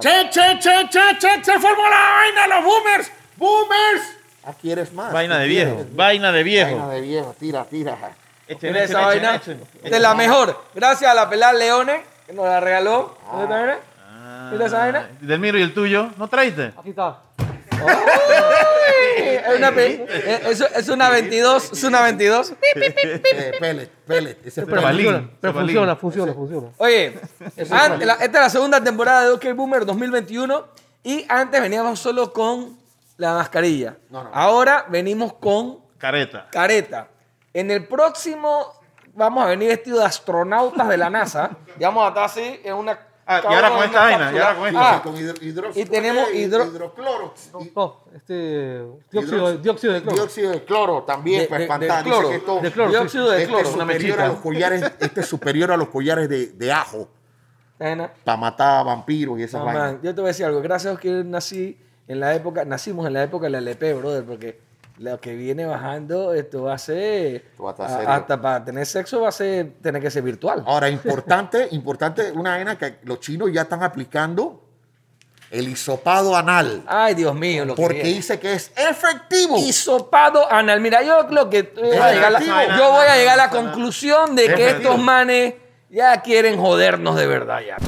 Che, che, che, che, che, se formó la vaina, los boomers. Boomers. Aquí eres más. Vaina de Aquí viejo, eres- vaina Vaina de viejo. Este, de viejo, tira, tira. Echen, Mira echen, esa echen, vaina echen. de la mejor. Gracias a la pelada Leone, que nos la regaló. ¿Dónde está, mira? Ah, Mira esa vaina. Delmiro, ¿y el tuyo? ¿No traiste? Aquí está. ¡Ay! Es una, pe- eh, es, es una 22, es una 22. Eh, pellet, pellet. Este Ese es pellet. Balín, Pero ese balín. funciona, funciona, funciona. Oye, antes- la- esta es la segunda temporada de OK Boomer 2021 y antes veníamos solo con la mascarilla. No, no. Ahora venimos con Careta. careta. En el próximo vamos a venir vestidos de astronautas de la NASA. Y vamos a estar así en una... Ah, y cada ahora uno con en esta una vaina, y ahora con cápsula. esta. Ah, Este Con hidro- hidro- Y tenemos eh, hidro- hidrocloro. y- No, este. Dióxido, hidro- de- dióxido de cloro. Dióxido de cloro también, De- para de- de espantar. Dice cloro. que esto- De cloro, Dióxido de este cloro. es una superior a los collares, este es superior a los collares de, de ajo, mexicana. para matar a vampiros y esas No, vainas. man, yo te voy a decir algo. Gracias a Dios que nací en la época, nacimos en la época de la LP, brother, porque lo que viene bajando, esto va a ser. Esto va a estar a- serio. Ah. hasta para tener sexo va a ser, tener que ser virtual. Ahora, importante, importante, una vaina que los chinos ya están aplicando, el hisopado anal, Ay, Dios mío, lo porque que viene. dice que es efectivo. Hisopado anal. Mira, yo creo que yo voy a llegar a la, efectivo. yo voy a, llegar a la No, no, no, no. conclusión de Es que efectivo. estos manes ya quieren jodernos de verdad ya.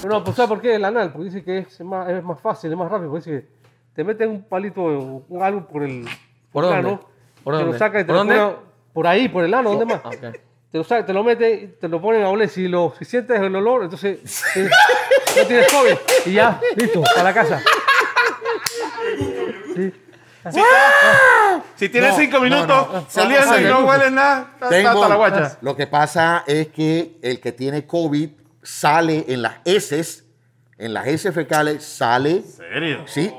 Pero no, pues ¿sabes por qué el anal? Porque dice que es más, es más fácil, es más rápido. Porque dice que te meten un palito o un- algo por el. ¿Por el dónde? ano, ¿Por te dónde? lo sacan y te ¿Por lo dónde? Ah, ponen por ahí, por el ano, ¿dónde más? ok. Te lo sacan, te lo meten, y te lo ponen a oler. Si, lo, si sientes el olor, entonces. eh, no tienes COVID. Y ya, listo, para la casa. Si tienes No, cinco no, minutos, no, no. saliendo y no hueles nada, está Tengo- está la guacha. lo que pasa es que el que tiene COVID sale en las heces, en las heces fecales sale, ¿En serio? sí.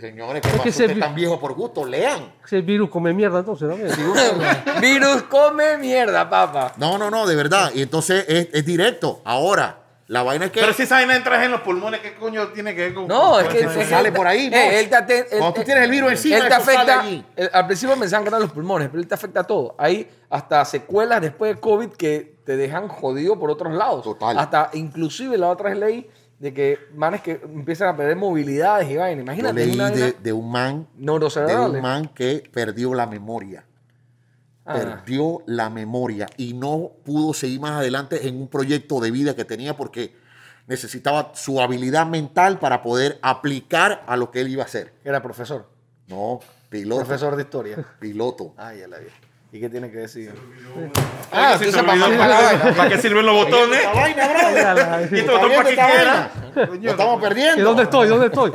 Señores, ¿qué que pasa? se Ustedes vi- están viejos por gusto, lean. Ese virus come mierda entonces, ¿no? Mira, Virus come mierda, papá. No, no, no, de verdad. Y entonces es, es directo. Ahora, la vaina es que Pero si esa vaina entra en los pulmones, ¿qué coño tiene que ver con.? No, con es esa que se vaina? es que sale él te- por ahí, eh, ¿no? él te aten- Cuando él- tú tienes el virus encima, él te eso sale afecta. allí. el- al principio me sangran los pulmones, pero él te afecta todo. Hay hasta secuelas después de COVID que te dejan jodido por otros lados. Total. Hasta inclusive la otra es ley de que manes que empiezan a perder movilidades y vaina. yo Imagínate leí una vaina de, de un man, de un neurocerebral. man que perdió la memoria. Ah. Perdió la memoria y no pudo seguir más adelante en un proyecto de vida que tenía porque necesitaba su habilidad mental para poder aplicar a lo que él iba a hacer. Era profesor. No, piloto. Profesor de historia. Piloto. Ay, ya la vi. ¿Y qué tiene que decir? Ah, Ah, se entonces te olvidó. para- para- para- ¿Para qué sirven los botones? ¿Y este ¿Está botón viendo para qué esta quiera? vaina? Lo estamos ¿Y perdiendo. dónde estoy? ¿Dónde estoy?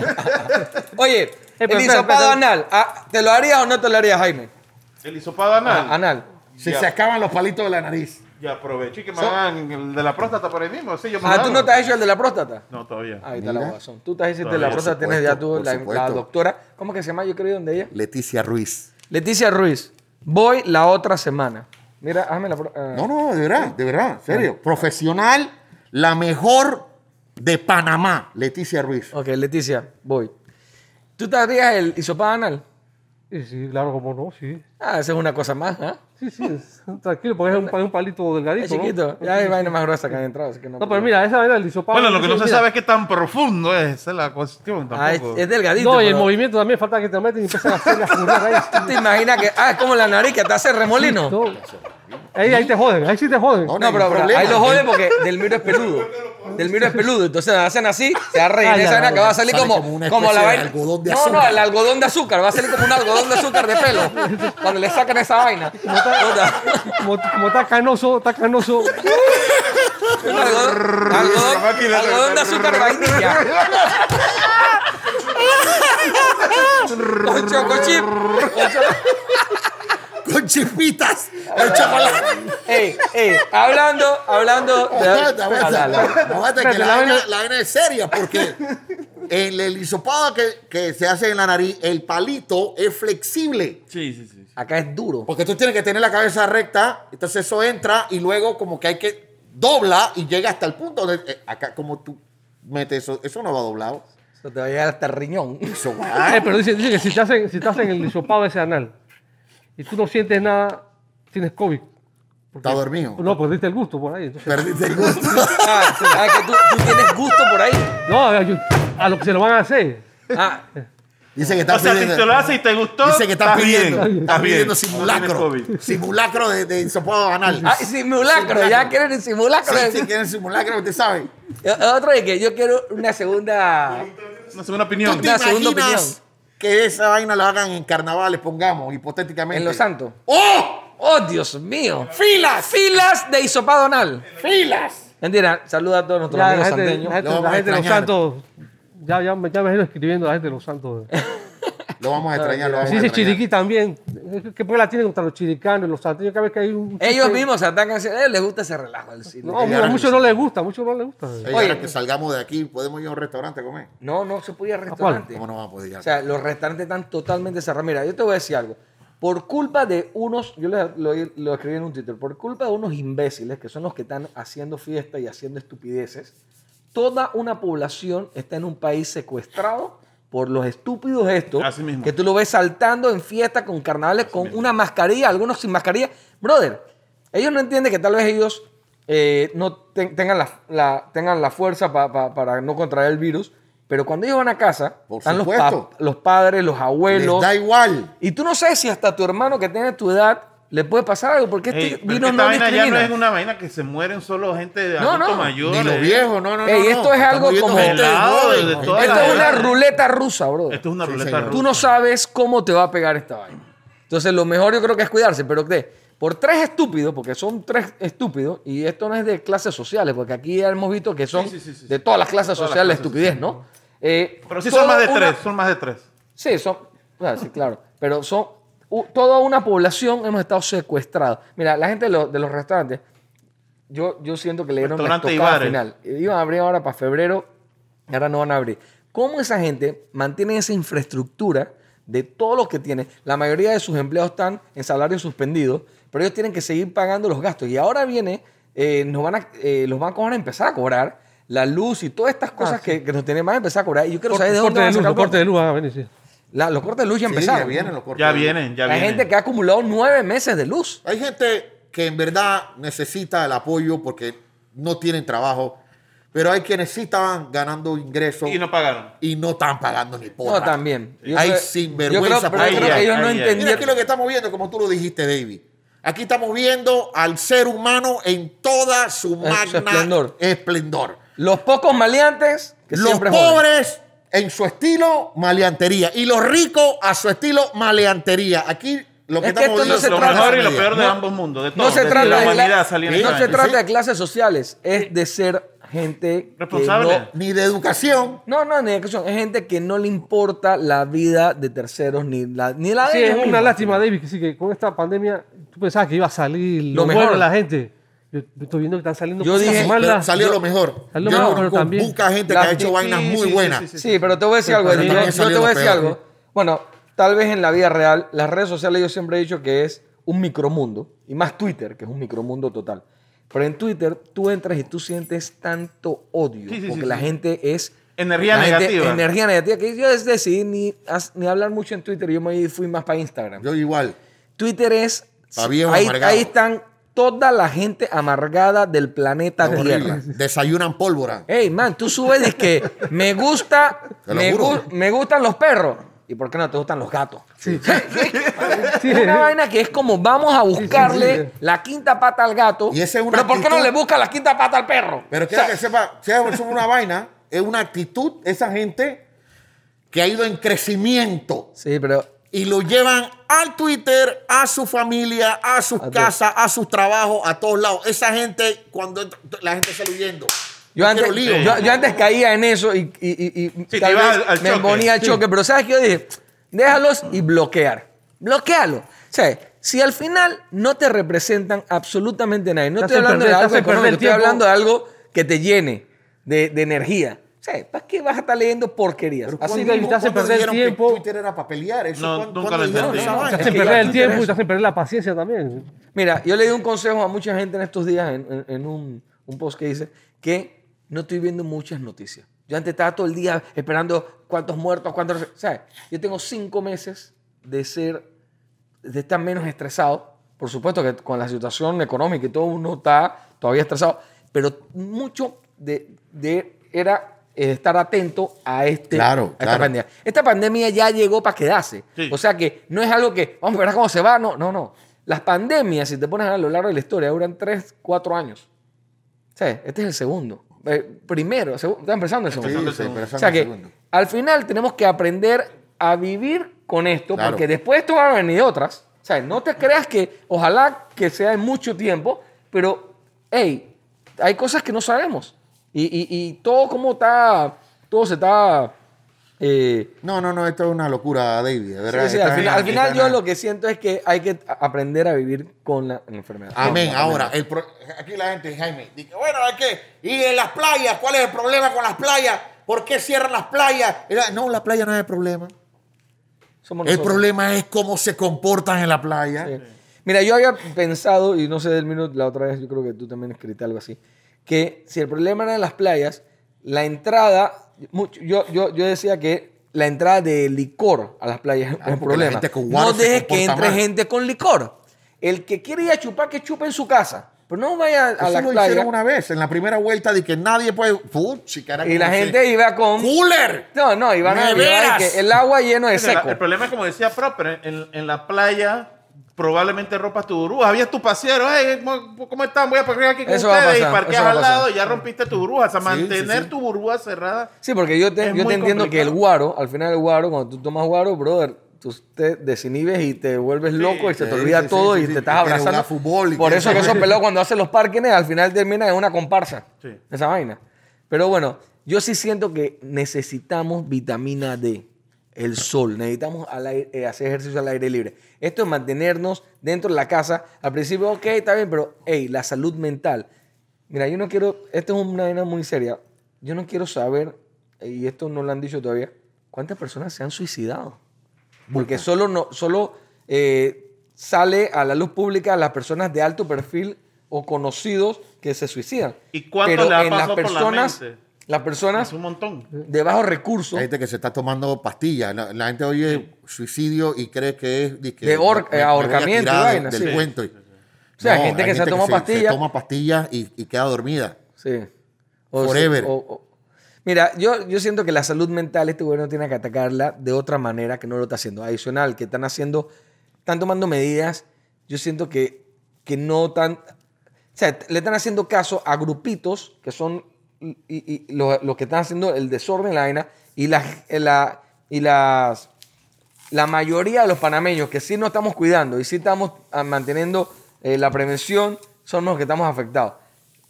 Oye, Eh, pero el espera, hisopado espera. anal, ah, ¿te lo harías o no te lo harías, Jaime? El hisopado anal. Ah, Anal. Si Ya. se acaban los palitos de la nariz. Y aproveché que me hagan el de la próstata por ahí mismo. Sí, yo me Ah, lo ¿tú hago. no te has hecho el de la próstata? No, todavía. Ahí está la Mira. guasón. Tú estás diciendo Todavía, la por rosa, tienes supuesto, ya tú por la, supuesto. la doctora. ¿Cómo que se llama? Yo creo que donde ella. Leticia Ruiz. Leticia Ruiz. Voy la otra semana. Mira, hazme la. pro- ah. No, no, de verdad, de verdad, en serio. Profesional, la mejor de Panamá, Leticia Ruiz. Ok, Leticia, voy. ¿Tú te harías el hisopado anal? Y sí, claro, como no, sí. Ah, esa es una cosa más, ¿ah? Sí, sí, es- tranquilo, porque es un, pa- un palito delgadito. Es chiquito. ¿no? Ya hay vaina más gruesa que han entrado, así que no. No, pero mira, esa era el hisopado. Bueno, lo que no se mira. sabe es qué tan profundo es. Esa es la cuestión. Tampoco. Ah, es, es delgadito. No, y el pero- movimiento también falta que te meten y empiezan a hacer la furrar ahí. ¿Tú te imaginas que.? Ah, es como la nariz que te hace remolino. No. Ahí, ahí te joden, ahí sí te joden. No, No, pero, pero problema. ahí lo joden porque Delmiro es peludo. Delmiro es peludo. Entonces hacen así, se va a reír Ah, ya, esa vaina ya, que va a ya. salir Sale como, como una como la especie de vaina. algodón de no, no, azúcar. el algodón de azúcar. Va a salir como un algodón de azúcar de pelo. Cuando le sacan esa vaina. Puta. Como, como está canoso, está canoso. Un algodón, algodón- La máquina de- algodón de azúcar vainilla. Con chocochip. Con chispitas de chocolate. Ey, ey, hablando, hablando. de- Aguanta, aguanta. Dale, dale. Aguanta, que Espérate, la la vaina- vaina- la vaina es seria porque el, el hisopado que, que se hace en la nariz, el palito es flexible. Sí, sí, sí. Acá es duro. Porque tú tienes que tener la cabeza recta, entonces eso entra y luego como que hay que dobla y llega hasta el punto donde eh, acá como tú metes eso, eso no va doblado. Eso te va a llegar hasta el riñón. Eso Eh, va. pero dice, dice que si te, hacen, si te hacen el hisopado ese anal y tú no sientes nada, tienes COVID. Está dormido. No, perdiste el gusto por ahí. entonces- Perdiste el gusto. Ah, ah, que tú, tú tienes gusto No, a, yo- a lo que se lo van a hacer. Ah, Dice que está O sea, si pidiendo. te lo hace y te gustó, Dice que está estás bien, pidiendo, está estás bien. pidiendo No simulacro. tienes COVID. Simulacro de, de hisopado anal. ah, simulacro, ya quieren el simulacro. Eh, Sí, sí, quieren simulacro, usted sabe. Otro de que yo quiero una segunda. Una segunda ¿Tú opinión. te Una segunda imaginas que esa vaina la hagan en carnavales, pongamos, hipotéticamente? En Los Santos. ¡Oh! ¡Oh, Dios mío! ¡Filas! Filas de hisopado anal. ¡Filas! Mentira, saluda a todos nuestros Ya, la amigos gente, santeños. la gente- Lo vamos la a gente de los extrañar. santos. Ya, ya, me- ya me imagino escribiendo a la gente de los santos. Lo vamos a extrañar, lo vamos Sí, a sí, extrañar. Chiriquí también. ¿Qué por la tienen contra los chiricanos y los santeños? Cada vez que hay un. Ellos mismos se atacan, a ellos les gusta ese relajo. el cine. No, mira, a muchos no les gusta, a muchos no les gusta. Ey, ahora que salgamos de aquí, podemos ir a un restaurante a comer. No, no se podía restaurante. ¿Cómo no vamos a poder ir? O sea, los restaurantes están totalmente cerrados. Mira, yo te voy a decir algo. Por culpa de unos, yo lo, lo- lo escribí en un título, por culpa de unos imbéciles que son los que están haciendo fiesta y haciendo estupideces, toda una población está en un país secuestrado por los estúpidos estos, Así mismo. que tú lo ves saltando en fiesta con carnavales con una mascarilla, algunos sin mascarilla. Brother, ellos no entienden que tal vez ellos eh, no ten- tengan, la, la- tengan la fuerza pa- pa- para no contraer el virus, pero cuando ellos van a casa, Por están los, supuesto. pap- los padres, los Les abuelos. da igual. Y tú no sabes si hasta tu hermano que tiene tu edad le puede pasar algo, porque este Ey, pero virus esta no vaina ya no es discrimina. una vaina que se mueren solo gente de No, adultos no. mayores. Ni los viejos, no, no, no. Ey, no. esto es Estamos algo viendo como- gente Pelado, joven, eh. de gente toda Esto la es una vida. ruleta rusa, bro. Esto es una Sí, ruleta señor. rusa. Tú no sabes cómo te va a pegar esta vaina. Entonces, lo mejor yo creo que es cuidarse, pero ¿qué? Por tres estúpidos, porque son tres estúpidos, y esto no es de clases sociales, porque aquí ya hemos visto que son Sí, sí, sí, sí. de todas las clases Todas las sociales clases estupidez, ¿no? Eh, Pero sí toda son más de una- tres, son más de tres. Sí, son. o sea, sí, claro. Pero son. u- toda una población hemos estado secuestrados. Mira, la gente de los, de los restaurantes, yo, yo siento que le dieron la Restaurante y estocada bares. final. Iban a abrir ahora para febrero, y ahora no van a abrir. ¿Cómo esa gente mantiene esa infraestructura de todo lo que tiene? La mayoría de sus empleados están en salario suspendido, pero ellos tienen que seguir pagando los gastos. Y ahora viene, eh, nos van a, eh, los bancos van a empezar a cobrar la luz y todas estas cosas que, que nos tienen van a empezar a cobrar. Y yo quiero Ah, Corte saber de de dónde van a luz, sacar los cortes plata. de luz van a venir, sí. La- los cortes de luz ya Sí, empezaron. ya vienen los cortes. Ya vienen, ya la vienen. gente que ha acumulado nueve meses de luz. Hay gente que en verdad necesita el apoyo porque no tienen trabajo, pero hay quienes sí estaban ganando ingresos Y no pagaron. y no están pagando ni porra. No, también. Yo hay creo- sinvergüenza. Yo creo, pero yo ahí, creo que ahí, ellos no ahí, ahí. Mira aquí lo entendieron. que estamos viendo, como tú lo dijiste, David. Aquí estamos viendo al ser humano en toda su su magna esplendor. esplendor. Los pocos maleantes que los siempre joden. pobres en su estilo maleantería y los ricos a su estilo maleantería. Aquí lo que Es que estamos esto no viendo se es Lo trata- mejor y lo media. peor de No- ambos mundos, de todo. No se de trata la de, humanidad cla- saliendo. no Sí, se sí. trata de clases sociales, es de ser gente Responsable. que no- Ni de educación. No, no, ni de educación. Es gente que no le importa la vida de terceros ni la, ni la de Sí, ellos es una mismos. lástima, David, que sí, que con esta pandemia tú pensabas que iba a salir Lo lo, mejor mejor. de la gente. Yo, yo estoy viendo que están saliendo Yo cosas dije, Pero malas. salió Yo- lo mejor. salió Yo lo mejor, conozco pero también- mucha gente que Las- ha hecho sí, vainas sí, muy sí, buenas. sí, sí, Sí, pero te voy a decir algo. Pero Edwin. Yo, también yo salió te voy a lo decir peor. algo. Bueno, tal vez en la vida real, las redes sociales yo siempre he dicho que es un micromundo, y más Twitter, que es un micromundo total. Pero en Twitter tú entras y tú sientes tanto odio, Sí, sí, porque sí, la sí. gente es... Energía la gente- negativa. energía negativa, que yo decidí ni, as- ni hablar mucho en Twitter, yo me fui más para Instagram. Yo igual. Twitter es... Pa' viejos ahí, amargados. ahí están toda la gente amargada del planeta Es Tierra. horrible. Desayunan pólvora. Hey, man, tú subes de que me gusta, Te lo me, juro. gu- me gustan los perros. ¿Y por qué no te gustan los gatos? Sí. Sí. Es una vaina que es como vamos a buscarle sí, sí. la quinta pata al gato. Y esa es una pero ¿por qué no actitud- le busca la quinta pata al perro? Pero O quiero sea, que sepa, sea es una vaina, es una actitud, esa gente que ha ido en crecimiento Sí, pero y lo llevan al Twitter, a su familia, a sus A casas, a sus trabajos, a todos lados. Esa gente, cuando entra- la gente sale huyendo. yo No antes, quiero lío. yo, yo antes caía en eso y, y- y- y te tal ibas vez al- al me choque. ponía al choque. Pero ¿sabes qué? Yo dije, déjalos y bloquear. Bloquealo. O sea, si al final no te representan absolutamente nadie, no Te estoy hacen hablando perder- de te algo hacen perder económico, el estoy tiempo. hablando de algo que te llene de, de energía. O sea, ¿para qué vas a estar leyendo porquerías? Pero Así ¿cuándo- te evitaste cuándo perder dijeron que tiempo? Twitter era para pelear. Eso, No, ¿cuándo- nunca cuándo lo dijeron entendí. esa No, no, vaina? Te hacen Es que perder ya el tú tiempo tienes- y te hacen perder la paciencia también. Mira, yo le di un consejo a mucha gente en estos días, en, en- en un, un post que dice, que no estoy viendo muchas noticias. Yo antes estaba todo el día esperando cuántos muertos, cuántos... O sea, yo tengo cinco meses de ser, de estar menos estresado. Por supuesto que con la situación económica y todo uno está todavía estresado, pero mucho de, de- era eh, estar atento a, este, Claro, a esta claro. pandemia. Esta pandemia ya llegó para quedarse. Sí. O sea que no es algo que, vamos a ver cómo se va. No, no, no. Las pandemias, si te pones a ver a lo largo de la historia, duran 3, 4 años. O sea, este es el segundo. Eh, primero, segu- está empezando el Sí, segundo. sí, el segundo. empezando O sea el que segundo. al final tenemos que aprender a vivir con esto, Claro. porque después de esto van a venir otras. O sea, no te creas que, ojalá que sea en mucho tiempo, pero, hey, hay cosas que no sabemos. Y, y- y todo como está, todo se está... eh, No, no, no, esto es una locura, David. de verdad, sí, sí, esta al es final, una- al final esta es yo una- lo que siento es que hay que a- aprender a vivir con la enfermedad. Amén. Con la Ahora, pandemia. el pro- aquí la gente, Jaime, dice, bueno, ¿es qué? ¿Y en las playas? ¿Cuál es el problema con las playas? ¿Por qué cierran las playas? Era- No, la playa no es el problema. Somos El nosotros. problema es cómo se comportan en la playa. Sí. Mira, yo había pensado, y no sé del minuto, la otra vez yo creo que tú también escribiste algo así, que si el problema era en las playas, la entrada, mucho- yo, yo, yo decía que la entrada de licor a las playas es un Ah, porque la problema. gente con guaro no se dejes que comporta entre mal. gente con licor. El que quiere ir a chupar, que chupe en su casa. Pero no vaya a Eso la lo playa. hicieron una vez, en la primera vuelta, de que nadie puede... Puchi, carajo, Y la no sé. gente iba con... ¡Cooler! No, no, iban a Neveras. que el agua lleno de Bueno, la- seco. el problema es como decía Proper, en, en la playa probablemente rompas tu burbuja. Habías tu pasero, "Hey, ¿cómo, cómo están? Voy a parquear aquí con Eso va a ustedes pasar, y parqueas eso va a al pasar. lado y ya rompiste tu burbuja. O sea, mantener sí. tu burbuja cerrada. Sí, porque yo te, Es yo muy te entiendo que el complicado. guaro, al final el guaro, cuando tú tomas guaro, brother, tú te desinhibes y te vuelves loco y se te sí, olvida sí, todo sí, y sí, te y estás quieres abrazando. jugar fútbol y Por quieres- eso que esos pelados cuando hacen los parkings al final terminan en una comparsa. Sí. Esa vaina. Pero bueno, yo sí siento que necesitamos vitamina D, el sol. Necesitamos al aire- eh, hacer ejercicio al aire libre. Esto es mantenernos dentro de la casa. Al principio, ok, está bien, pero hey, la salud mental. Mira, yo no quiero, esto es una vaina muy seria. Yo no quiero saber, y esto no lo han dicho todavía, cuántas personas se han suicidado. Porque solo, no, solo eh, sale a la luz pública las personas de alto perfil o conocidos que se suicidan. ¿Y cuánto Pero le ha en las pasado por la personas, mente? las Es personas un montón. de bajos recursos, Hay gente que se está tomando pastillas. La, la gente oye suicidio y cree que es... dice, De ahor- me- me voy a ahorcamiento y tirar de- vaina, del sí. cuento. y- O sea, hay No, gente que se toma pastillas. toma pastillas y, y queda dormida. sí. Forever. Mira, yo, yo siento que la salud mental este gobierno tiene que atacarla de otra manera que no lo está haciendo. Adicional, que están haciendo, están tomando medidas, yo siento que, que no tan... O sea, le están haciendo caso a grupitos que son y, y- y los, los que están haciendo el desorden en la vaina y las, la, y las la mayoría de los panameños que sí nos estamos cuidando y sí estamos ah, manteniendo eh, la prevención, son los que estamos afectados.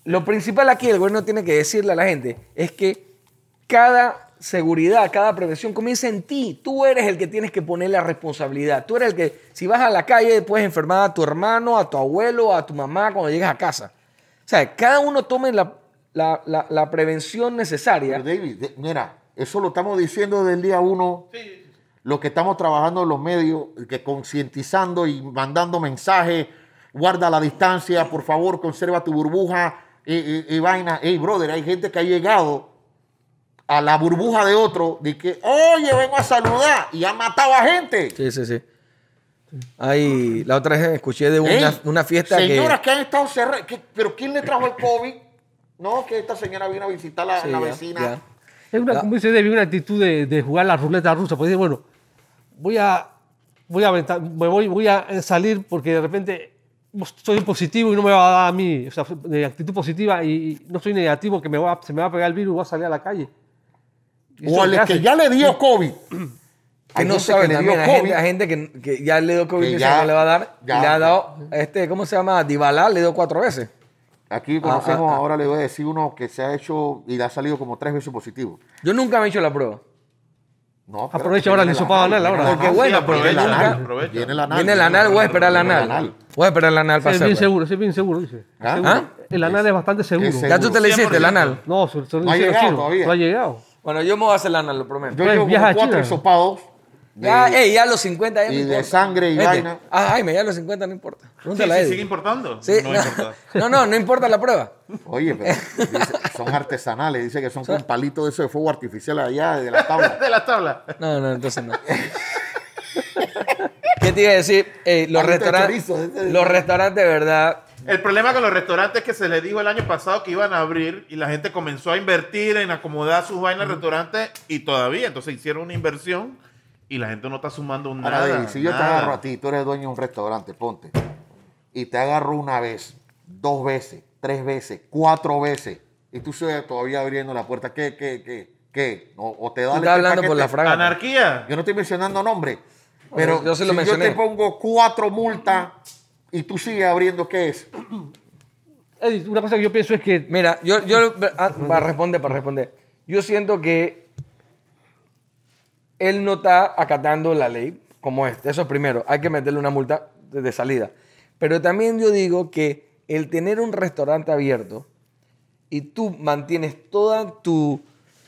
Lo principal aquí, el gobierno tiene que decirle a la gente, es que cada seguridad, cada prevención comienza en ti. Tú eres el que tienes que poner la responsabilidad. Tú eres el que, si vas a la calle, puedes enfermar a tu hermano, a tu abuelo, a tu mamá cuando llegues a casa. O sea, cada uno tome la, la- la- la prevención necesaria. Pero David, de- mira, eso lo estamos diciendo desde el día uno. Lo que estamos trabajando en los medios, que concientizando y mandando mensajes, guarda la distancia, por favor, conserva tu burbuja y, y- y vaina. Hey, brother, hay gente que ha llegado a la burbuja de otro, de que, oye, vengo a saludar y ha matado a gente. Sí, sí, sí. Ay, la otra vez escuché de Ey, una, una fiesta que... Señoras que han estado cerradas. que- ¿Pero quién le trajo el COVID? No, que esta señora vino a visitar a la, Sí, la ya, vecina. ya. Es una, La- como dice David, una actitud de, de jugar la ruleta rusa. Pues decir, bueno, voy a, voy a, aventar- me voy, voy a salir porque de repente soy positivo y no me va a dar a mí. O sea, de actitud positiva y y no soy negativo, que me va, se me va a pegar el virus y voy a salir a la calle. Y eso O es lo al que hace. ya le dio COVID. Que Hay no gente saben que le dio también, hay COVID. gente, hay gente que, que ya le dio COVID Que que ya- no le va a dar. y ya. le ha dado, este, ¿cómo se llama? Dybala le dio cuatro veces. Aquí conocemos, ah, ah. ahora le voy a decir uno que se ha hecho y le ha salido como tres veces positivo. Yo nunca me he hecho la prueba. No, Aprovecha ahora el hisopado anal, ahora. Porque bueno, pero viene el nunca- anal. aprovecha. Viene el anal. Viene el anal, voy a esperar el Viene el anal. Voy a esperar el anal Sí, para es bien hacerlo. seguro, sí, es bien seguro, dice. ¿Ah? Seguro. pues. ¿Ah? El anal es bastante seguro. es ¿Ya tú te le hiciste el 100%. anal? No, se- se lo No ha dicen los llegado chinos, todavía. No ha llegado. Bueno, yo me voy a hacer el anal, lo prometo. Yo llevo viaja como a cuatro China. hisopados. de- Ya, eh. ey, ya a los 50 ya no y de importa. sangre y Vete. vaina. Ah, Jaime, ya a los 50 no importa. Sí, sí, Pregúntale a sigue Eddie. importando. Sí, no, no, importa. no, no, no importa la prueba. Oye, pero dice- son artesanales. Dice que son con palitos de eso de fuego artificial allá de la tabla. De la tabla. No, no, entonces no. ¿Qué te iba a Eh, decir? Eh, los, Palito de restaurantes, chorizo, ese es- los restaurantes, de verdad, El problema con los restaurantes es que se les dijo el año pasado que iban a abrir y la gente comenzó a invertir en acomodar sus vainas al restaurante y todavía. Entonces hicieron una inversión y la gente no está sumando nada. Ahora, David, si yo te nada. agarro a ti, tú eres dueño de un restaurante, ponte. Y te agarro una vez, dos veces, tres veces, cuatro veces. Y tú sigues todavía abriendo la puerta. ¿Qué, qué, qué? ¿Qué? O, o te da Tú estás hablando por la frase. Anarquía. Yo no estoy mencionando nombre. Pero yo sí lo si mencioné. yo te pongo cuatro multas y tú sigues abriendo, ¿qué es? Eddie, una cosa que yo pienso es que Mira, yo, yo ah, para responder, para responder. Yo siento que él no está acatando la ley como es. Eso primero, hay que meterle una multa de, de salida. Pero también yo digo que el tener un restaurante abierto y tú mantienes toda tu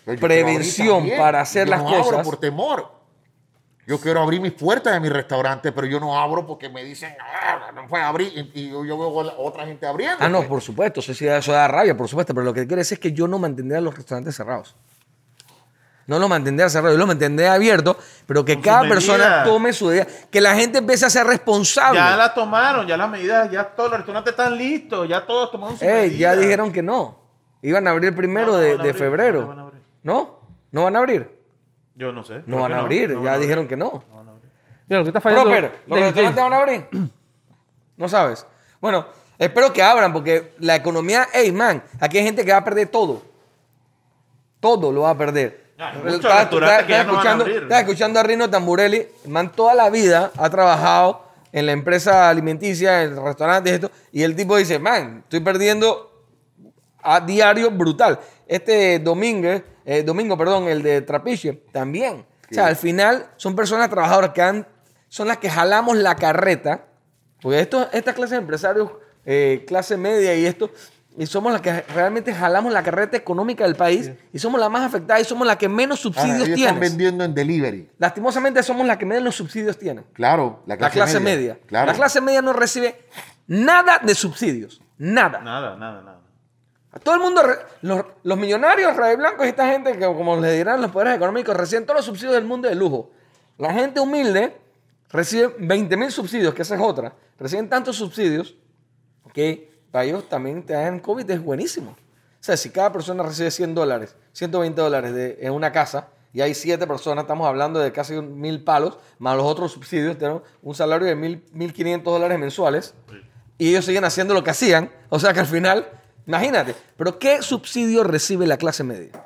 Pero yo quiero abrir prevención también. para hacer Yo las no abro cosas. por temor. Yo quiero abrir mis puertas de mi restaurante, pero yo no abro porque me dicen, "Ah, no puedes abrir. Y, y yo, yo veo a la- otra gente abriendo. Ah, no, pues. por supuesto, eso, sí da- eso da rabia, por supuesto, pero lo que quiero decir es que yo no mantendría los restaurantes cerrados. No los mantendría cerrados, yo los mantendría abiertos, pero que Con sus cada persona medidas. tome su idea, que la gente empiece a ser responsable. Ya la tomaron, ya las medidas, ya todos los restaurantes están listos, ya todos tomaron su Ey, ya medida. dijeron que no. Iban a abrir el primero No, no de, van a de abrir, febrero. no van a abrir. ¿No? ¿No van a abrir? Yo no sé. No Creo van que a abrir, no van ya a abrir. dijeron que no. Mira, lo que está fallando. Proper, ¿los David restaurantes James. van a abrir? No sabes. Bueno, espero que abran porque la economía, hey man, aquí hay gente que va a perder todo. Todo lo va a perder. Ah, hay Estaba- muchos estaba- restaurantes que estaba ya no van a escuchando- abrir. estaba escuchando a Rino Tamburelli, el man toda la vida ha trabajado en la empresa alimenticia, en restaurantes, esto, y el tipo dice, man, estoy perdiendo a diario brutal. Este domingo, eh, domingo, perdón, el de Trapiche, también. O sea, al final son personas trabajadoras que han, son las que jalamos la carreta, porque esto, esta clase de empresarios, eh, clase media y esto, y somos las que realmente jalamos la carreta económica del país y somos las más afectadas y somos las que menos Ahora, subsidios ellos están tienen. vendiendo en delivery. Lastimosamente somos las que menos subsidios tienen. Claro, la La clase, clase media. Claro. La clase media no recibe nada de subsidios. Nada. Nada, nada, nada. A Todo el mundo, re- los, los millonarios, rey blancos, esta gente que, como les dirán los poderes económicos, reciben todos los subsidios del mundo de lujo. La gente humilde recibe 20 mil subsidios, que esa es otra. Reciben tantos subsidios que para ellos también te dan COVID, es buenísimo. O sea, si cada persona recibe 100 dólares, 120 dólares de, en una casa, y hay 7 personas, estamos hablando de casi un mil palos, más los otros subsidios, tenemos un salario de mil- 1.500 dólares mensuales, y ellos siguen haciendo lo que hacían. O sea que al final, imagínate, pero ¿qué subsidio recibe la clase media? Que es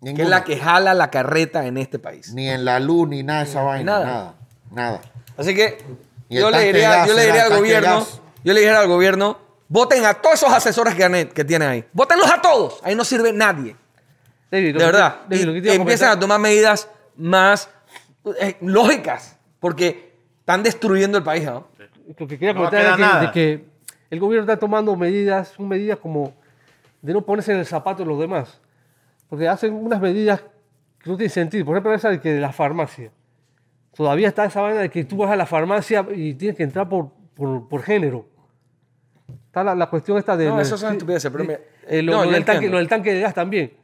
Ninguno. la que jala la carreta en este país. Ni en la luz, ni nada de esa vaina. nada. Nada. Nada. Así que Y el yo le tanque de diría, gas, yo le era diría el al tanque de gobierno, gas. yo le diría al gobierno, voten a todos esos asesores que, han- que tienen ahí. Votenlos a todos. Ahí no sirve nadie. David, lo de que- verdad. David, Y lo que te iba a empiezan a comentar- tomar medidas más eh, lógicas. Porque están destruyendo el país, ¿no? lo que quería No va a comentar quedar era nada. que, de que el gobierno está tomando medidas, son medidas como de no ponerse en el zapato de los demás. Porque hacen unas medidas que no tienen sentido. Por ejemplo, esa de que de la farmacia. Todavía está esa vaina de que tú vas a la farmacia y tienes que entrar por, por, por género. Está la, la cuestión esta de... No, lo- eso son sí, estupideces, pero sí. me- Eh, lo, no, lo yo del tanque, entiendo. lo del tanque de gas también.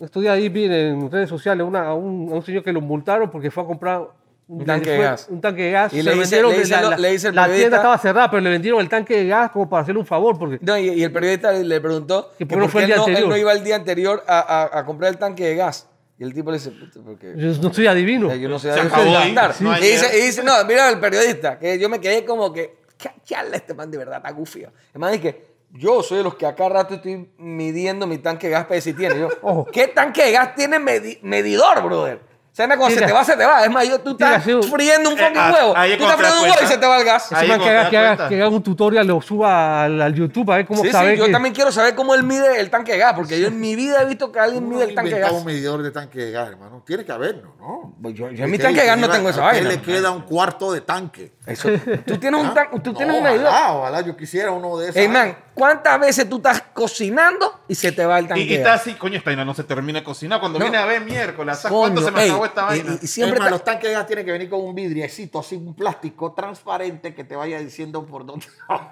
Estudié ahí, vi en redes sociales una- a, un, a un señor que lo multaron porque fue a comprar Un tanque de fue- gas. Un tanque de gas. Y Se le dice- vendieron le que dice la- lo- la- le dice el la periodista- tienda estaba cerrada, pero le vendieron el tanque de gas como para hacerle un favor. Porque, No, y, y el periodista le preguntó Que que por qué no por fue qué el él día no, él anterior. no iba el día anterior a, a- a comprar el tanque de gas. Y el tipo le dice, "Puta, porque yo no soy adivino. O sea, yo no sé Se a dónde acabó se ahí, levantar. no hay y, dice, miedo. y dice, no, mira al periodista, que yo me quedé como que, ¿qué charla este man de verdad? Está gufio. El man dice, yo soy de los que acá rato estoy midiendo mi tanque de gas para ver si tiene. Yo, Ojo. ¿qué tanque de gas tiene medi- medidor, brother? O sea, cuando se Mira. te va, se te va. Es más, yo, tú estás Mira, sí. friendo un Eh, fucking ah, huevo. ahí Tú estás friendo un huevo y contrapuesta. se te va el gas. Ese Ahí man cuando te que haga, das que, haga, cuenta. que haga un tutorial, lo suba al, al YouTube a ver cómo Sí, sabe. sí, yo que- también quiero saber cómo él mide el tanque de gas, porque yo en mi vida he visto que alguien Uno mide no el tanque de inventa gas. un medidor de tanque de gas, hermano. Tiene que haberlo, ¿no? Pues yo- yo en Usted mi tanque de gas no lleva- tengo esa a usted vaina. le queda un cuarto de tanque. Eso. Tú tienes un, ¿Ah? tan- tú No, tienes un medidor. Ojalá, ojalá yo quisiera uno de esos. Ey, man, ¿cuántas veces tú estás cocinando y se te va el Y, tanque? y de está gas? así, coño, esta vaina no se termina de cocinar. Cuando No. viene a ver miércoles, ¿sabes Coño, cuánto se me ey, acabó esta y- vaina? Y, y siempre Es más, está- los tanques de gas tienen que venir con un vidriecito, así un plástico transparente que te vaya diciendo por dónde.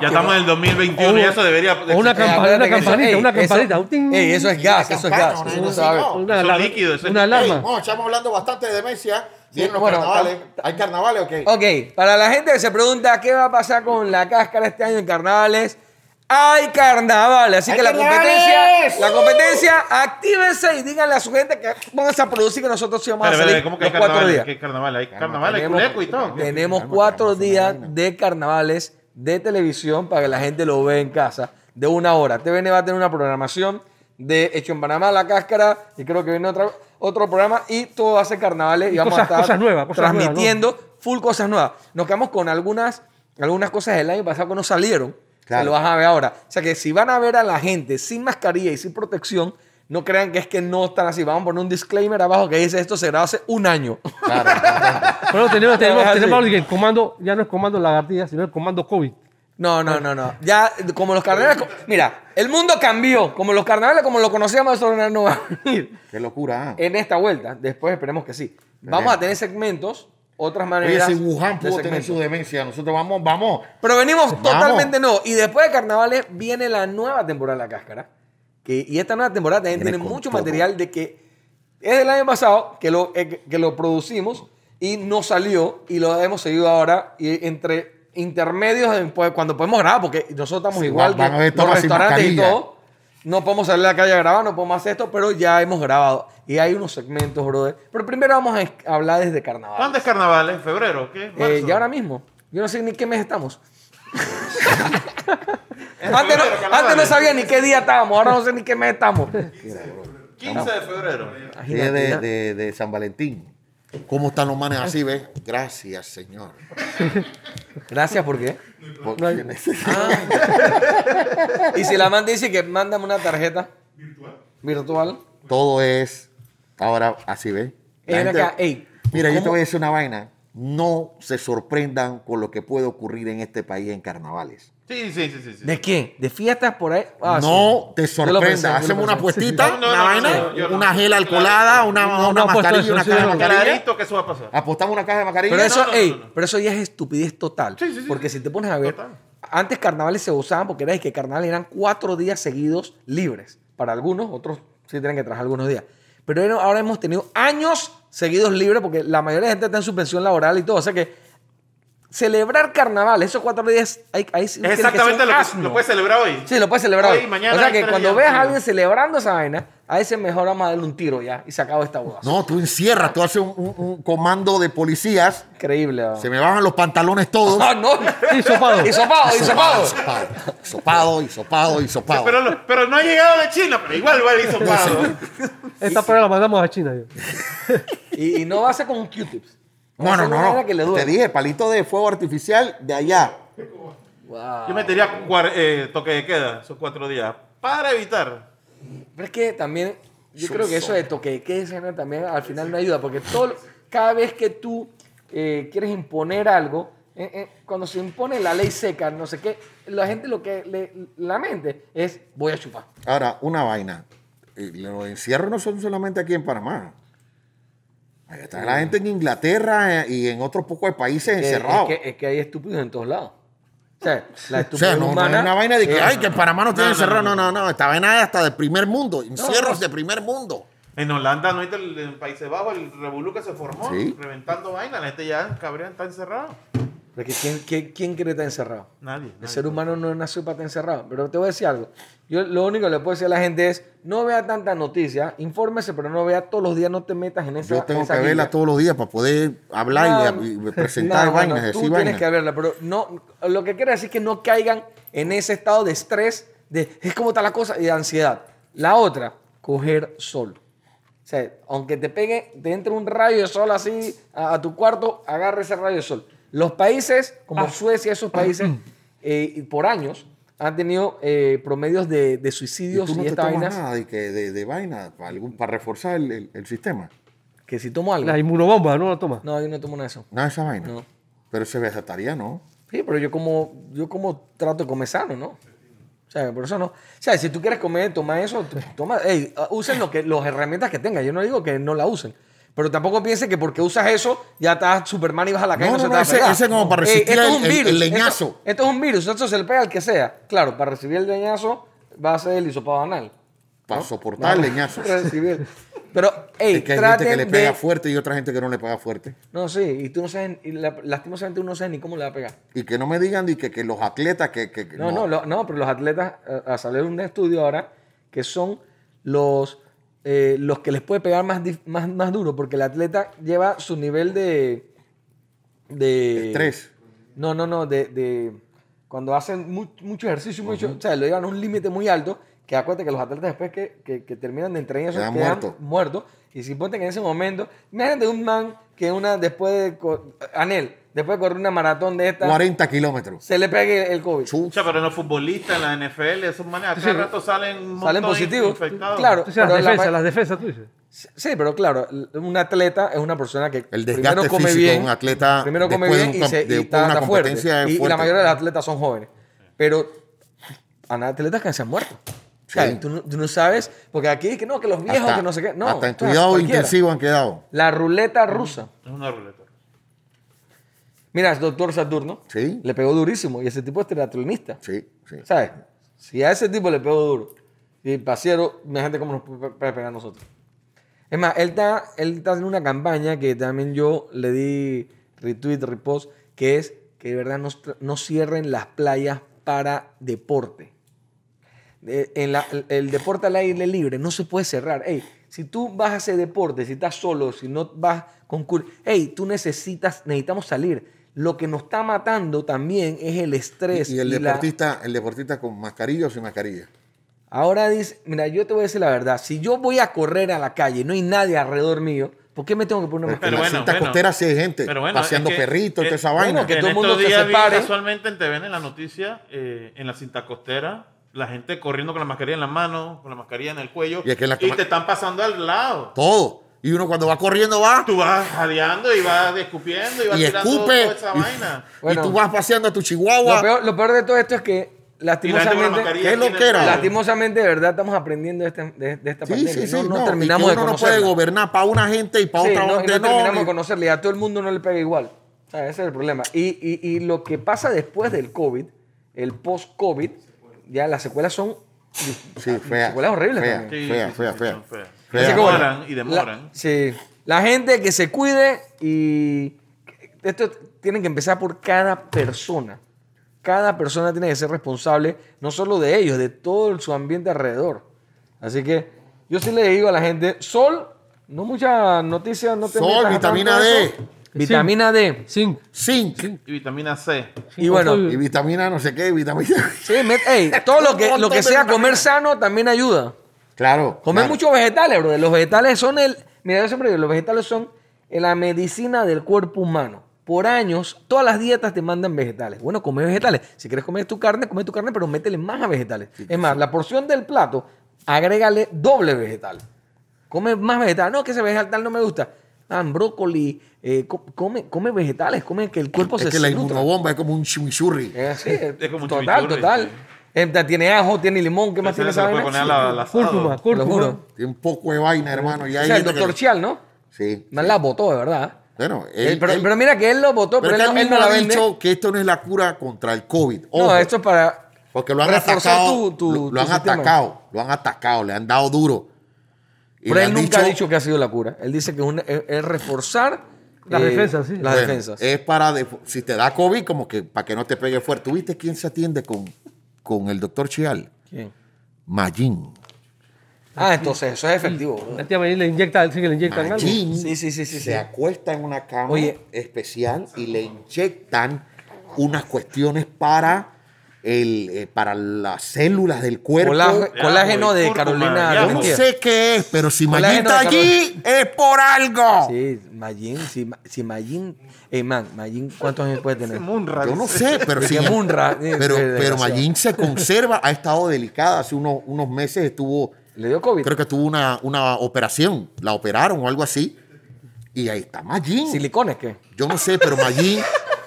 ya estamos en el 2021 O- y eso debería. o una existir. cam- Ey, campanita, acuérdate que campanita, ey, una campanita, un Eso, ting. ey, eso es gas, eso es campana, gas. una Eso no vaina sabe. así, no. una Eso es alarma. líquido, eso es una líquido. alarma. Ey, no, estamos hablando bastante de demencia. Sí, en los bueno, Oh. carnavales. ¿Hay carnavales o qué? Ok, para la gente que se pregunta qué va a pasar con la cáscara este año en carnavales, hay carnaval, así ¡Hay que la carnavales! competencia, la competencia, actívense y díganle a su gente que vamos a producir que nosotros sí vamos Espera, a espera, salir ¿Cómo que hay los cuatro carnaval? días. ¿Qué hay carnaval? Hay carnaval, hay Tenemos- culeco y todo. Tenemos Calma, cuatro calma, calma, días calma. de carnavales de televisión para que la gente lo vea en casa de una hora. TVN va a tener una programación de Hecho en Panamá, La Cáscara, y creo que viene otra- otro programa y todo hace carnavales y, Y vamos cosas- a estar cosas nuevas, cosas nuevas, transmitiendo full cosas nuevas. Nos quedamos con algunas, algunas cosas del año pasado que no salieron. Claro. Se lo vas a ver ahora. O sea que si van a ver a la gente sin mascarilla y sin protección, no crean que es que no están así. Vamos a poner un disclaimer abajo que dice esto se grabó hace un año. Claro, importante. Pero tenemos, Es tenemos, así. tenemos el comando, ya no es comando lagartija, sino el comando COVID. No, no, no, no. Ya, como los carnavales. co- Mira, el mundo cambió. Como los carnavales, como lo conocíamos, eso no va a venir. Qué locura. ah. En esta vuelta, después esperemos que sí. Vamos a tener segmentos, otras Oye, maneras. si Wuhan de pudo tener segmentos. su demencia, nosotros vamos, Pues vamos. Pero venimos totalmente nuevos. Y después de carnavales viene la nueva temporada de la cáscara. Que, y esta nueva temporada también Viene tiene con mucho todo. material de que es del año pasado que lo, eh, que lo producimos y no salió y lo hemos seguido ahora y entre intermedios en- pues, cuando podemos grabar porque nosotros estamos Sí, igual van- van a ver que los tomas sin restaurantes y mascarilla. todo no podemos salir a la calle a grabar no podemos hacer esto pero ya hemos grabado y hay unos segmentos brother pero primero vamos a es- hablar desde carnaval ¿Cuándo es carnaval? ¿En febrero? ¿Qué? eh, ¿Marzo? ya ahora mismo. Yo no sé ni qué mes estamos. antes, no, Carnavales. antes no sabía ni qué día estábamos, ahora no sé ni qué mes estamos. 15 de febrero. Sí, Imagínate, de, ya. de- de San Valentín. ¿Cómo están los manes así, ves? Gracias, señor. Gracias, ¿por qué? Por- Y si la amante dice que mándame una tarjeta virtual. Todo es ahora así, ¿ves? La Ven gente- acá, ey, Mira, yo te ¿cómo? voy a decir una vaina. No se sorprendan con lo que puede ocurrir en este país en carnavales. Sí, sí, sí, sí. sí. ¿De qué? ¿De fiestas por ahí? Ah, no sí. te Yo lo sorprendas. pensé, yo lo Hacemos una pensé. puestita, No, no, una no, vaina, no, yo no. una gel alcoholada, una, No, no, una no, pues, mascarilla, eso, una eso caja yo de no. mascarilla. Clarito que eso va a pasar. Apostamos una caja de mascarilla. Pero eso, no, no, ey, no, no. pero eso ya es estupidez total. Sí, sí, sí, porque sí. si te pones a ver, Total. antes carnavales se usaban porque era de que carnavales eran cuatro días seguidos libres. Para algunos, otros sí tienen que trabajar algunos días. Pero era- ahora hemos tenido años seguidos libres porque la mayoría de gente está en suspensión laboral y todo. O sea que celebrar carnaval, esos cuatro días, hay, ahí sí tiene Es que ser exactamente un lo que Ah, asno. lo puedes celebrar hoy. Sí, lo puedes celebrar. Hoy, hoy. mañana o sea hay que tres cuando días, veas sí. a alguien celebrando esa vaina, a ese mejor vamos a darle un tiro ya y se acaba esta boda. No, tú encierras, tú haces un, un- un comando de policías, Increíble. ¿no? se me bajan los pantalones todos. Ah, no. Y sopado. Hisopado, hisopado. Sopado, y sopado, y sopado. Pero, lo- pero no ha llegado de China, pero igual va el hisopado. Esta prueba la mandamos a China. yo. Y, y no va a ser con Q-tips. Va No, no, a ser una vaina no. que le Te duele. dije, palito de fuego artificial de allá. Wow. Yo metería cuar- eh, toque de queda esos cuatro días para evitar. Pero es que también, yo Yo creo que eso soy. de toque de queda esa vaina también al final no ayuda, porque todo, lo- cada vez que tú eh, quieres imponer algo, eh, eh, cuando se impone la ley seca, no sé qué, la gente lo que le, la mente es voy a chupar. Ahora, una vaina. Eh, Los encierros no son solamente aquí en Panamá. Ahí está la gente en Inglaterra eh, y en otros pocos de países Que- encerrados. Es que, es que hay estúpidos en todos lados. O sea, la o sea, estupidez no, no humana. es una vaina de que, eh, ay, que en Panamá no tienen no, encerrado. no, No, no, no. Esta vaina es hasta de primer mundo. no. Encierros de primer mundo. En Holanda, ¿no viste el- en Países Bajos el revolú que se formó? Sí. Reventando vaina, la gente ya cabrean, está encerrado. Porque ¿quién, quién, quién cree que está encerrado? Nadie. El nadie. ser humano no nació para estar encerrado. Pero te voy a decir algo. Yo lo único que le puedo decir a la gente es, no vea tantas noticias, infórmese, pero no vea todos los días, no te metas en esa Yo tengo esa que verla Biblia. todos los días para poder hablar y- y, No, presentar no, vainas, no, Tú decir tienes vainas. que verla, pero no, lo que quiero decir es que no caigan en ese estado de estrés, de es como está la cosa, y de ansiedad. La otra, coger sol. O sea, aunque te pegue, te entre un rayo de sol así a, a tu cuarto, agarra ese rayo de sol. Los países, como Ah. Suecia, esos países, eh, y por años han tenido eh, promedios de, de Y suicidios tú y, no te estas tomas vainas. nada de, que- de, de vaina para, algún- para reforzar el, el- el sistema. Que si tomo algo. La inmunobomba, no la toma. No, yo no tomo nada de eso. Nada de esa vaina. No. Pero se vegetaría, ¿no? Sí, pero yo como, yo como trato de comer sano, ¿no? O sea, por eso no. O sea, si tú quieres comer, toma eso, t- toma, ey, uh, usen lo que, las herramientas que tengan. Yo no digo que no la usen. Pero tampoco piensen que porque usas eso, ya estás Superman y vas a la calle. No, y no, se no, te va a ese- pegar. ese es como para Ey, resistir esto es el- un el- virus, el esto- leñazo. Esto, es un virus, esto se le pega al que sea. Claro, para recibir el leñazo va a ser el hisopado anal. Para soportar el leñazo. Recibir. Pero, hey, Es que hay gente traten que le pega de... fuerte y otra gente que no le pega fuerte. No, sí, y tú no sabes, y la- lastimosamente uno no sabe ni cómo le va a pegar. Y que no me digan ni que, que los atletas que... que- que- No, no, lo- no, pero los atletas, eh, a- a salir un estudio ahora, que son los, eh, los que les puede pegar más, dif- más, más duro, porque el atleta lleva su nivel de... de Estrés. No, no, no, de... de- cuando hacen mu- mucho ejercicio, mucho, o sea, lo llevan a un límite muy alto, que acuérdate que los atletas después que, que- que terminan de entrenar, eso, Quedan quedan muertos. muertos. Y si ponte que en ese momento, imagínate un man que una después de... co- Anel, después de correr una maratón de esta, 40 kilómetros. se le pegue el COVID. Chucha. Chucha, pero los futbolistas en la NFL, esos manes, a cada rato salen un montón Salen positivos. infectados. Claro. O sea, Pero las la defensas, ma- las defensas, tú dices. Sí, pero claro, l- un atleta es una persona que El desgaste físico de un atleta primero come después de bien un y, camp- se, y de está- una está fuerte. competencia es Y- y, fuerte. la mayoría de los atletas son jóvenes. Pero han atletas que se han muerto. O sea, Sí. tú, no- tú no sabes, porque aquí es que no, que los viejos, Hasta- que no sé qué. No, hasta en o sea, cuidado cualquiera. intensivo han quedado. La ruleta rusa. Es una ruleta. Mira, el doctor Saturno Sí. le pegó durísimo y ese tipo es triatlonista. Sí, sí. ¿Sabes? Si a ese tipo le pego duro, y Paciero, imagínate cómo nos puede pe- pegar a nosotros. Es más, él está, él está haciendo una campaña que también yo le di retweet, repost, que es que de verdad no, tra- no cierren las playas para deporte. De- en la- el, el deporte al aire libre no se puede cerrar. Ey, si tú vas a hacer deporte, si estás solo, si no vas con cur, ey, tú necesitas, necesitamos salir. Lo que nos está matando también es el estrés. Y el la- deportista, el deportista con mascarilla o sin mascarilla. Ahora dice, mira, yo te voy a decir la verdad. Si yo voy a correr a la calle y no hay nadie alrededor mío, ¿por qué me tengo que poner una Pero, mascarilla? Eh, en las bueno, cintas bueno. costeras sí hay gente Pero bueno, paseando es que- perritos y toda eh, esa bueno, vaina. que en todo el mundo estos se días vi separe. Casualmente te ven en la noticia, eh, en la cinta costera, la gente corriendo con la mascarilla en la mano, con la mascarilla en el cuello, Y y, es que la- te están pasando al lado. Todo. Y uno cuando va corriendo va Tú vas jadeando y vas escupiendo y vas y tirando escupe. toda esa y, vaina. Bueno. y tú vas paseando a tu Lo chihuahua. peor, lo peor de todo esto es que, Y la gente con la lastimosamente, mascarilla ¿qué aquí en lo el que era? cuello. lastimosamente, de verdad, estamos aprendiendo de, este- de- de esta sí, pandemia. sí, sí. no, no y que terminamos de uno no puede conocerla. gobernar para una gente y para Sí, otra no, y gente no no. terminamos de y- conocerla y a todo el mundo no le pega igual. O sea, ese es el problema. Y, y- y lo que pasa después del COVID, el post-COVID, ya las secuelas son... Sí, fea. secuelas horribles fea, también. Sí, Fea, sí, fea, sí, fea. son feas. Fea. Así que bueno, Demoran y demoran. ¿eh? La, sí. La gente que se cuide y esto tiene que empezar por cada persona. Cada persona tiene que ser responsable, no solo de ellos, de todo su ambiente alrededor. Así que yo sí le digo a la gente, sol, no mucha noticia, no te Sol, metas a vitamina tanto D. eso. Vitamina D. Zinc. Zinc. Y vitamina C. Y bueno, Y vitamina no sé qué, y vitamina. sí, met- ey, todo lo que, Un lo montón que de sea comer vitaminas. sano también ayuda. Claro. Comer claro. muchos vegetales, bro. Los vegetales son el. Mira, yo siempre digo, los vegetales son la medicina del cuerpo humano. Por años, todas las dietas te mandan vegetales. Bueno, come vegetales. Si quieres comer tu carne, come tu carne, pero métele más a vegetales. es más, la porción del plato, agrégale doble vegetal. Come más vegetales. No, que ese vegetal no me gusta. Ah, brócoli. eh, co- come, come vegetales, come que el cuerpo se Es que la se nutra. inmunobomba es como un chimichurri. Eh, sí, Es como un total, chimichurri, total. Eh, Tiene ajo, tiene limón, ¿qué más tiene Se esa le puede vaina? poner a la- al Cúrcuma, asado. Te lo cúrcuma. juro. Tiene un poco de vaina, hermano. Y O hay sea, el gente que- doctor Eh, Chial, ¿no? Sí. Man la votó, de verdad. Bueno, Él- Eh, él- pero, él- pero mira que él lo votó, Pero pero, es que él, no- él él no la ha vende. dicho que esto no es la cura contra el COVID. no, Ojo, esto es para. porque lo han reforzar atacado. tu- tu- lo, tu lo han sistema. atacado, lo han atacado, le han dado duro. Y Pero le él han nunca ha dicho que ha sido la cura. Él dice que es, una- es- es reforzar. eh, Las defensas, sí. Las bueno, eh, defensas. Es para, de- si te da COVID, como que para que no te pegue fuerte. ¿Tuviste quién se atiende con, con el doctor Chial? ¿Quién? Mayín. Ah, entonces eso es efectivo, bro. La tía María le inyecta, sí que le inyectan Ah, algo. Mayín Sí, sí, sí, sí, sí. se acuesta en una cama Oye. especial y le inyectan unas cuestiones para, el, eh, para las células del cuerpo. Colá- Ya, colágeno voy, de cúrcuma, Carolina. ya, No Dorintia. sé qué es, pero si Mayín Colágeno está de allí, es por algo. Sí, Mayín, si, Ma- si Mayín. Ey, man, Mayín, ¿cuántos años puede tener? Munra, Yo no dice. sé, pero sí. Porque Munra, eh, Pero, eh, pero desgraciado. Mayín se conserva, ha estado delicada. Hace unos, unos meses estuvo, Le dio COVID. creo que tuvo una, una operación, la operaron o algo así. Y ahí está Mayín. ¿Silicones qué? Yo no sé, pero Mayín,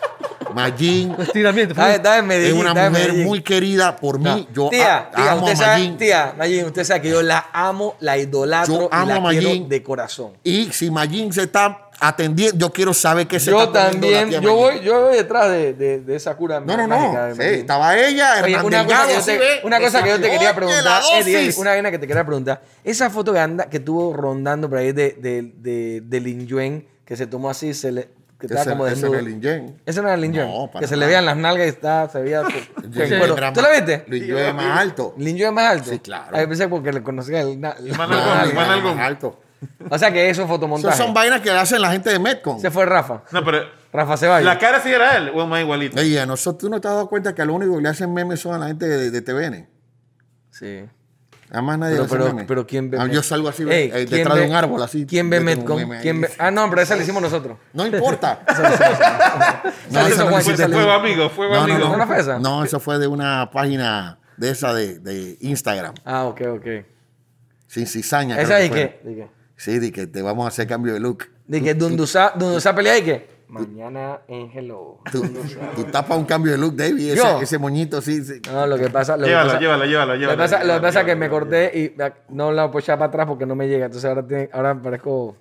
Mayín Estiramiento. Está en- está en es Medellín, una está en mujer Medellín. muy querida por mí. Yo tía, a- tía, amo usted a sabe, Mayín. tía, Mayín, usted sabe que yo la amo, la idolatro Yo y amo la a quiero Mayín. de corazón. Y si Mayín se está atendiendo, yo quiero saber qué se Yo está comiendo la también, tía yo Mayín. voy, yo voy detrás de, de, de esa cura No, no, mágica no. de Sí, Mayín. estaba ella, Oye, Hernán una cosa, Delgado, que yo sí te, ve, una cosa que yo te quería Oye, preguntar, la Eddie, Eddie, dosis. una vaina que te quería preguntar. Esa foto que, anda, que tuvo rondando por ahí de, de, de, de Lin Yuen, que se tomó así, se le, que estaba Ese- como ese desnudo. no es Lin Yuen. Ese no era Lin Yuen, No, para que se le nada. veían las nalgas y está, se veía... Yo con era cuero. más- ¿Tú la viste? Lin Yuen es más alto. Lin Yuen es más alto. Sí, claro. Ahí pensé porque le conocía el... na- la más No, algo, nalga. Lin Yuen igual es algo. más alto. O sea que eso es Esas fotomontaje. son vainas que hacen la gente de Metcon. Se fue Rafa. No, pero Rafa Ceballos. la cara sí era él, o más igualito. Oye, a nosotros tú no te has dado cuenta que lo único que le hacen memes son a la gente de, de TVN. Sí. A más nadie Pero, le hace pero, memes. pero ¿quién ve? Ah, Met- yo salgo así Ey, eh, ¿quién detrás ve- de un árbol así. ¿Quién ve Yo tengo un Metcon? meme ahí. ¿Quién ve- Ah, no, pero esa la hicimos nosotros. No importa. no, Esa esa fue- no la esa hiciste Fue tú. fuego amigo, fuego No, amigo. no, ¿No la fue esa? no. No, eso fue de una página de esa de, de Instagram. Ah, ok, ok. Sin cizaña. creo Esa de fue. qué? ¿De qué? Sí, de que te vamos a hacer cambio de look. De que Dundusa, Dundusa pelea y que mañana en Hello. Tú, tú tapas un cambio de look, David. ¿Yo? Ese, ese moñito, sí. sí. No, lo que pasa, lo que Llévala, pasa- llévala, llévala, Lo que llévala, pasa, lo que llévala, pasa es que llévala, me corté y ah, no la puedo echar para atrás porque no me llega. Entonces ahora, tiene, ahora parezco.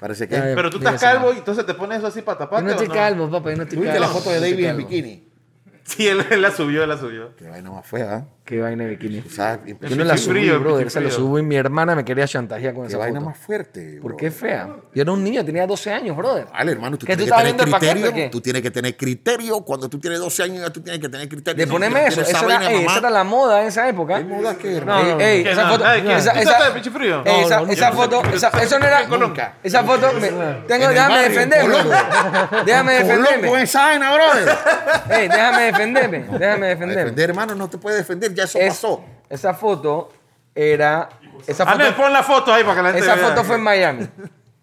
Parece que. Ya, ya. Pero tú estás Dígase, calvo y entonces te pones eso así para Yo taparte. no estoy ¿o calvo, papá, yo no estoy ¿Tú viste la calvo. foto de Yo estoy David en calvo. bikini? Sí, él, él la subió, él la subió. Qué vaina más fea, ¿eh? Qué vaina de bikini. O sea, qué Yo no la pichi subí, frío, el brother. pichi Se la frío. subí y mi hermana me quería chantajear con esa vaina foto. más fuerte. ¿Por bro. qué es fea? Yo era un niño, tenía 12 años, brother. Vale, hermano, tú ¿Que tú tienes que estabas tener viendo el paquete criterio. o qué? Tú tienes que tener criterio. Cuando tú tienes 12 años, ya tú tienes que tener criterio. De No, ponerme no eso. tienes Esa vaina, era, ey, mamá. esa era la moda en esa época. ¿Qué moda que, hermano? No, no, no. ey, Que esa no, foto, ay, que- esa, ¿tú esa- estás de pichi frío? ey, esa, No, no, esa no. foto, esa, eso no era, Nunca. esa foto, me- tengo, el déjame barrio, eh. defenderme, Colón. bro. déjame loco defenderme, esa vaina, brother. ey, déjame defenderme, déjame A defenderme. defender, hermano, no te puedes defender. Ya eso Es- pasó. Ah, esa foto era, esa Anel, foto, Ah, pon la foto ahí para que la gente esa vea. foto fue en Miami.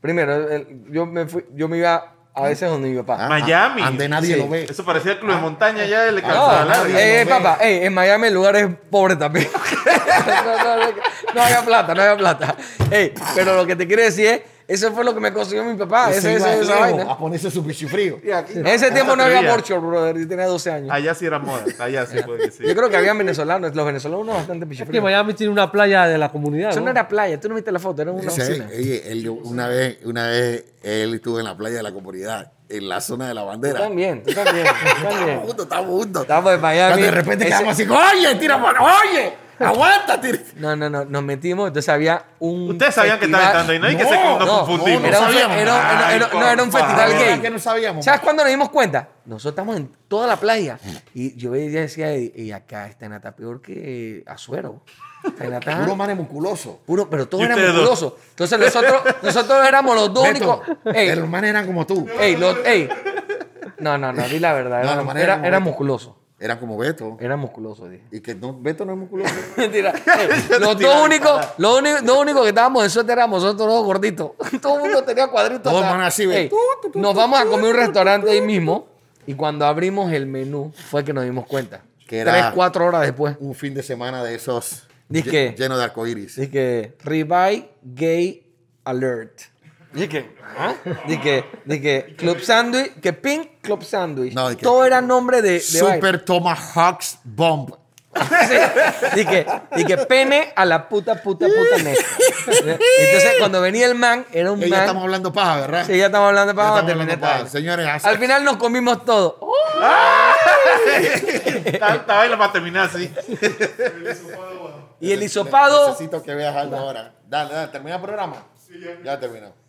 Primero, el- yo me fui, yo me iba a veces donde mi papá. Ah, Miami. ah, Ande nadie Sí. lo ve. Eso parecía el club de montaña ya, le calzaba Ah. No, la nadie. eh, eh, no ve. papá, eh, en Miami el lugar es pobre también. no, no, no, no había plata, no había plata. Ey, pero lo que te quiero decir es, eso fue lo que me consiguió mi papá. Ese Ese, iba ese- esa lejos vaina. A ponerse su pichifrío. En ese tiempo no se había atrevía. Borchor, brother. Yo tenía 12 años. Allá sí era moda, allá sí puede que sí. Yo creo que había venezolanos. Los venezolanos eran bastante Que pichifríos. Miami tiene una playa de la comunidad. Eso ¿no? no era playa, tú no viste la foto, era una Ese- oficina. oye, él, una, vez, una vez él estuvo en la playa de la comunidad, en la zona de la bandera. También, tú también, tú también. Estamos juntos, estamos juntos. Estamos en Miami. Cuando de repente Ese- quedamos así, oye, tira mano, oye, aguanta, tira. No, no, no, nos metimos, entonces había un. Ustedes sabían que festival- estaban entrando ahí, no hay que se No, nos no, confundimos. no, era un, sabíamos. era- era- era- Ay, no, era un por festival favor. gay. que no sabíamos. Ah, ¿Sabes cuándo nos dimos cuenta? Nosotros estamos en toda la playa. Y yo veía y decía, y y acá está Nata peor que Azuero. Esta nata está Puro mane musculoso. puro, pero todo Y era ustedes dos. musculoso. Entonces nosotros, nosotros éramos los dos únicos. Beto, Ey, Los manes eran como tú. ey, los- ey. No, no, no, di la No, verdad. Era, los manes era- eran era bonitos. musculoso. Era como Beto. Era musculoso, dije. Y que no, Beto no es musculoso. Mentira. Ey, te los iba dos a únicos, los únicos, los únicos que estábamos en suerte éramos nosotros dos gorditos. Todo el mundo tenía cuadritos. Todos acá. van así, ve. Ey, Nos vamos a comer un restaurante ahí mismo. Y cuando abrimos el menú fue que nos dimos cuenta. Que era- Tres, cuatro horas después. Un fin de semana de esos Dice lle- que- lleno de arcoíris. Dije que Revive Gay Alert. Dije que, ¿ah? Dije que, dije que Club Sandwich, que Pink Club Sandwich. No, dije que- Todo era nombre de, de vaina. Super Tomahawks Bomb. Sí. Y que, y que pene a la puta, puta, puta neta. Entonces, cuando venía el man, era un Ey, ya estamos man. hablando paja, ¿verdad? Sí, ya estamos hablando Ya para estamos hablando paja. Señores, así- Al final nos comimos todo. Oh, Tanta baila para terminar así. Y el hisopado. Necesito que veas algo ahora. Dale, dale, termina el programa. ya. terminó.